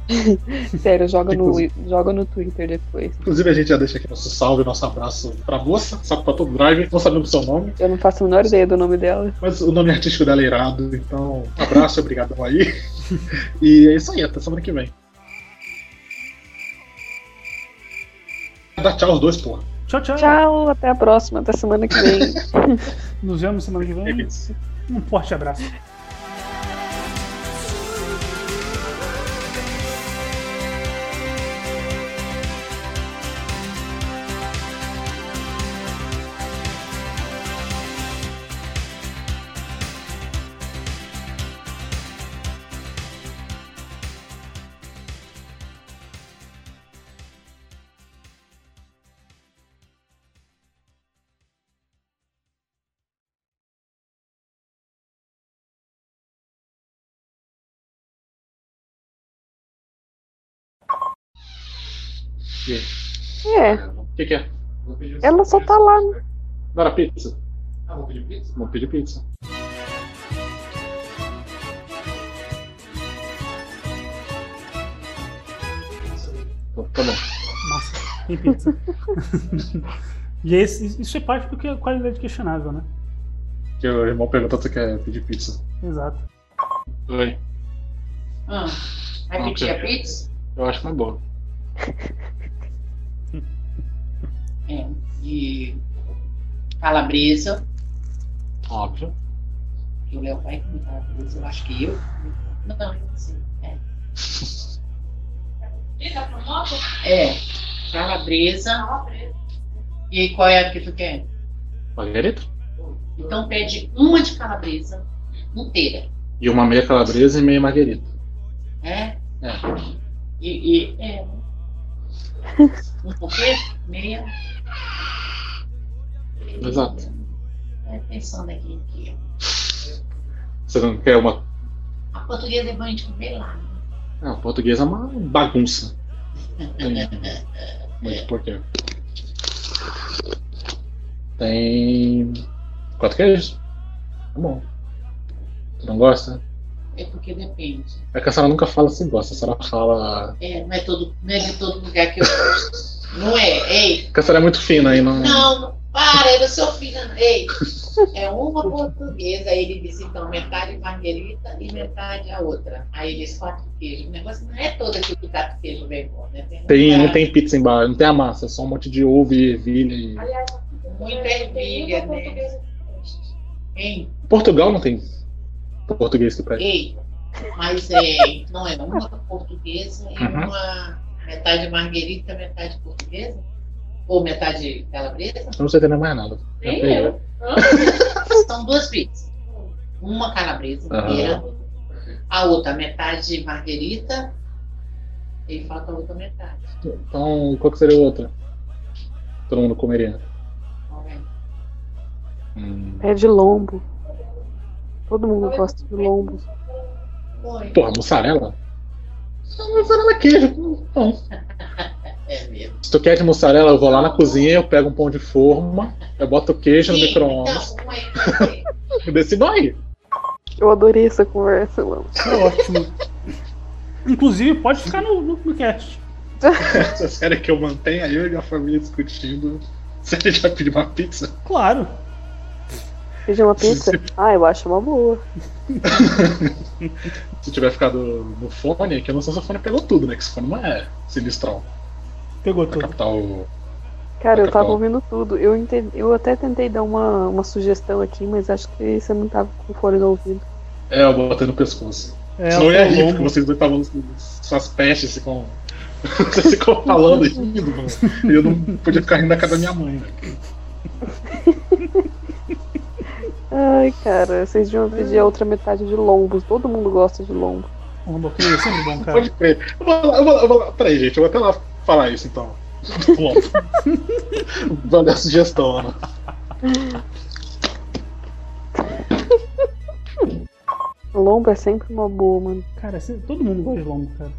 S3: Sério, joga no,
S1: Inclusive-
S3: joga no Twitter depois.
S1: Inclusive a gente já deixa aqui nosso salve, nosso abraço pra moça, sapatão do Drive. Não sabemos o seu nome,
S3: Eu não faço a menor ideia do nome dela.
S1: mas o nome artístico dela é irado. Então, um abraço, obrigadão aí. E é isso aí, até semana que vem. Dá tchau os dois, porra.
S2: Tchau, tchau.
S3: Tchau, até a próxima, até semana que vem.
S2: Nos vemos semana que
S3: É
S2: vem. Um forte abraço.
S3: É,
S1: O que, que é? Vou pedir um
S3: ela só tá lá, né?
S1: Não era pizza? Ah, vou pedir pizza? Vou pedir pizza. Tá bom.
S2: Massa, tem pizza. e esse, isso é parte do que é qualidade questionável, né?
S1: Que o irmão perguntou se você quer pedir pizza.
S2: Exato.
S1: Oi.
S6: Ah, vai pedir
S1: Ok.
S6: a pizza?
S1: Eu acho que é boa.
S6: É. E calabresa,
S1: Óbvio.
S6: que o Léo vai comer calabresa, eu acho que eu. Não, eu não sei. É. É, calabresa. E aí, qual é a que tu quer?
S1: Margarita?
S6: Então pede uma de calabresa inteira,
S1: E uma meia calabresa e meia margarita.
S6: né?
S1: É.
S6: E, e é. Um pouquê? Meia.
S1: Exato.
S6: É, pensando aqui em quê?
S1: Você não quer uma.
S6: A portuguesa é banho de comer lá.
S1: Ah, o português é uma bagunça. Tem. Muito porquê. Tem. Quatro queijos? Tá bom. Tu não gosta?
S6: É porque depende.
S1: É que a senhora nunca fala se gosta, a senhora fala.
S6: É, não é, todo, não é de todo lugar que eu gosto. Não é, ei.
S1: É que a senhora é muito fina aí, não.
S6: Não, para, eu não sou fina, ei. É uma portuguesa, aí ele disse, então, metade marguerita e metade a outra. Aí eles quatro queijos. O negócio não é todo aqui que tá com queijo bem bom, né?
S1: Tem,
S6: muita-
S7: É.
S1: não tem pizza embaixo, não tem a massa, é só um monte de ovo e ervilha. E...
S6: Muita ervilha, né? Hein?
S1: Portugal não tem português que pede.
S6: Ei, mas é, não é uma portuguesa e
S1: Uhum.
S6: uma metade marguerita, metade portuguesa? Ou metade calabresa?
S1: Eu não sei entender mais nada.
S7: Nem
S1: Perdeu.
S7: eu.
S6: São duas pizzas. Uma calabresa
S1: Aham.
S6: inteira, a outra metade marguerita e falta a outra metade.
S1: Então, qual que seria a outra? Todo mundo comeria.
S6: Qual é?
S1: Hum.
S3: Pé de lombo. Todo mundo gosta de lombo.
S6: Muito.
S1: Porra, mussarela? Ah, Mussarela é queijo. Não.
S6: É mesmo.
S1: Se tu quer de mussarela, eu vou lá na cozinha, eu pego um pão de forma, eu boto o queijo no
S6: Sim,
S1: micro-ondas.
S6: então, um é você.
S1: Eu decido aí.
S3: Eu adorei essa conversa, mano.
S1: Tá ótimo.
S2: Inclusive, pode ficar no, no, no cast.
S1: Essa série que eu mantenho, eu e minha família discutindo. Se ele já pediu uma pizza.
S2: Claro.
S3: Seja uma pizza? Ah, eu acho uma boa.
S1: Se tiver ficado no fone, é que eu não sei se o fone pegou tudo, né? Que esse fone não é sinistrão.
S2: Pegou
S1: Na
S2: tudo.
S1: capital.
S3: Cara, eu
S1: Fica
S3: tava
S1: bom.
S3: ouvindo tudo. Eu, entendi, eu até tentei dar uma, uma sugestão aqui, mas acho que você não tava com fone no ouvido.
S1: É, eu botei no pescoço.
S2: É,
S1: Senão eu ia rir,
S2: o
S1: porque
S2: lombo.
S1: vocês dois estavam suas pestes ficam. Vocês ficam falando e rindo, mano. E eu não podia ficar rindo da cara da minha mãe, né?
S3: Ai, cara, vocês deviam pedir a outra metade de lombos. Todo mundo gosta de lombo.
S2: O lombo aqui é sempre bom, cara.
S1: Pode crer. Eu vou lá, eu vou lá, eu vou lá. Peraí, gente, eu vou até lá falar isso então. Pronto. Valeu a sugestão, né? Ana.
S3: Lombo é sempre uma boa, mano.
S2: Cara, se- todo mundo gosta de lombo, cara.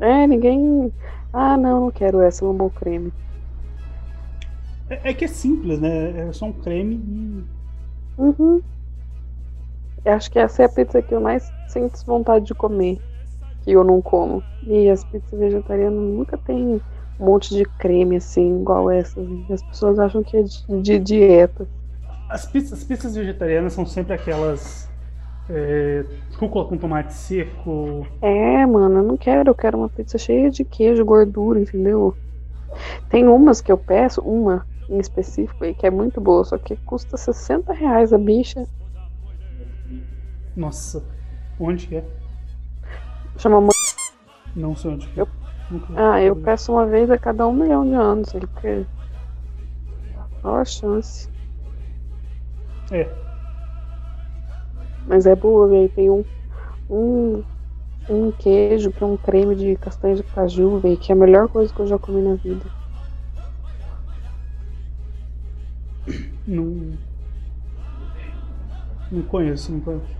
S3: É, ninguém. Ah, não, não quero essa, lombo creme.
S2: É, é que é simples, né? É só um creme e.
S3: Uhum. Eu acho que essa é a pizza que eu mais sinto vontade de comer. Que eu não como. E as pizzas vegetarianas nunca tem um monte de creme assim, igual essas. As pessoas acham que é de, de dieta.
S2: As pizzas, as pizzas vegetarianas são sempre aquelas. É, rúcula com tomate seco.
S3: É, mano, eu não quero. Eu quero uma pizza cheia de queijo, gordura, entendeu? Tem umas que eu peço, uma em específico aí, que é muito boa, só que custa 60 reais a bicha.
S2: Nossa, onde que é?
S3: Chama
S2: Não sei onde que é.
S3: Eu-
S2: Nunca- É.
S3: Ah, eu peço uma vez a cada um milhão de anos, ele quer. Qual a chance?
S2: É.
S3: Mas é boa, velho. Tem um, um, um queijo pra um creme de castanha de caju, velho, que é a melhor coisa que eu já comi na vida.
S2: Não. Não conheço, não conheço.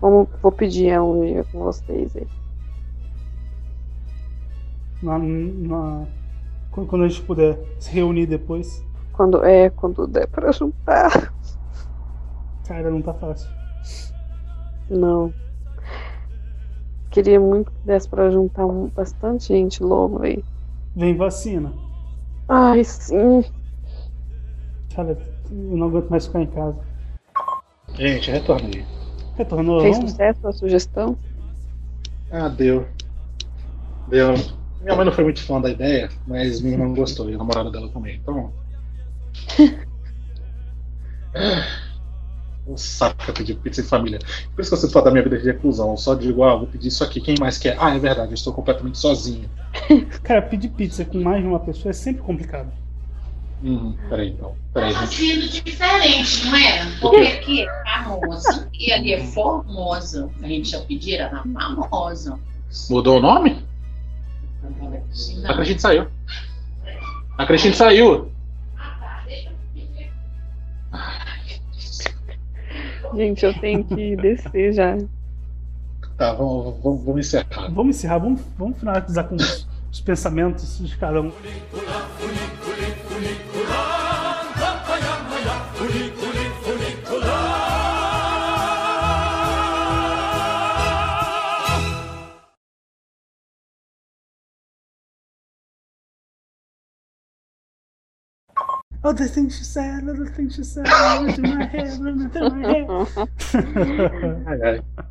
S3: Vamos, vou pedir é, um dia com vocês aí.
S2: Na, na- quando quando a gente puder se reunir depois.
S3: Quando é, quando der pra juntar.
S2: Cara, não tá fácil.
S3: Não. Queria muito que desse pra juntar um- bastante gente logo, velho.
S2: Vem vacina.
S3: Ai, sim.
S2: Cara, eu não aguento mais ficar em casa.
S1: Gente, retornei.
S2: Retornou,
S3: Fez
S2: vamos?
S3: sucesso a sugestão?
S1: Ah, deu. Deu. Minha mãe não foi muito fã da ideia, mas minha irmã gostou e a namorada dela também. Então. Um saco pra pedir pizza em família. Por isso que eu sinto falta da minha vida de reclusão. Eu só digo, ah, vou pedir isso aqui. Quem mais quer? Ah, é verdade, eu estou completamente sozinho.
S2: Cara, pedir pizza com mais de uma pessoa é sempre complicado.
S1: Uhum, peraí, então. Peraí,
S6: Tava
S1: gente.
S6: Tá sendo diferente, não era? Porque aqui é famosa e ali é formosa. A gente já pedir era na famosa.
S1: Mudou o nome? A
S6: Não,
S1: Cristine saiu. A Cristine saiu.
S3: Gente, eu tenho que descer já.
S1: Tá, vamos, vamos, vamos encerrar.
S2: Vamos encerrar, vamos, vamos finalizar com os, os pensamentos de cada um. Oh, the things you said, oh, the things you said, went through my head, went through my
S1: Ai,
S2: head.
S1: ai.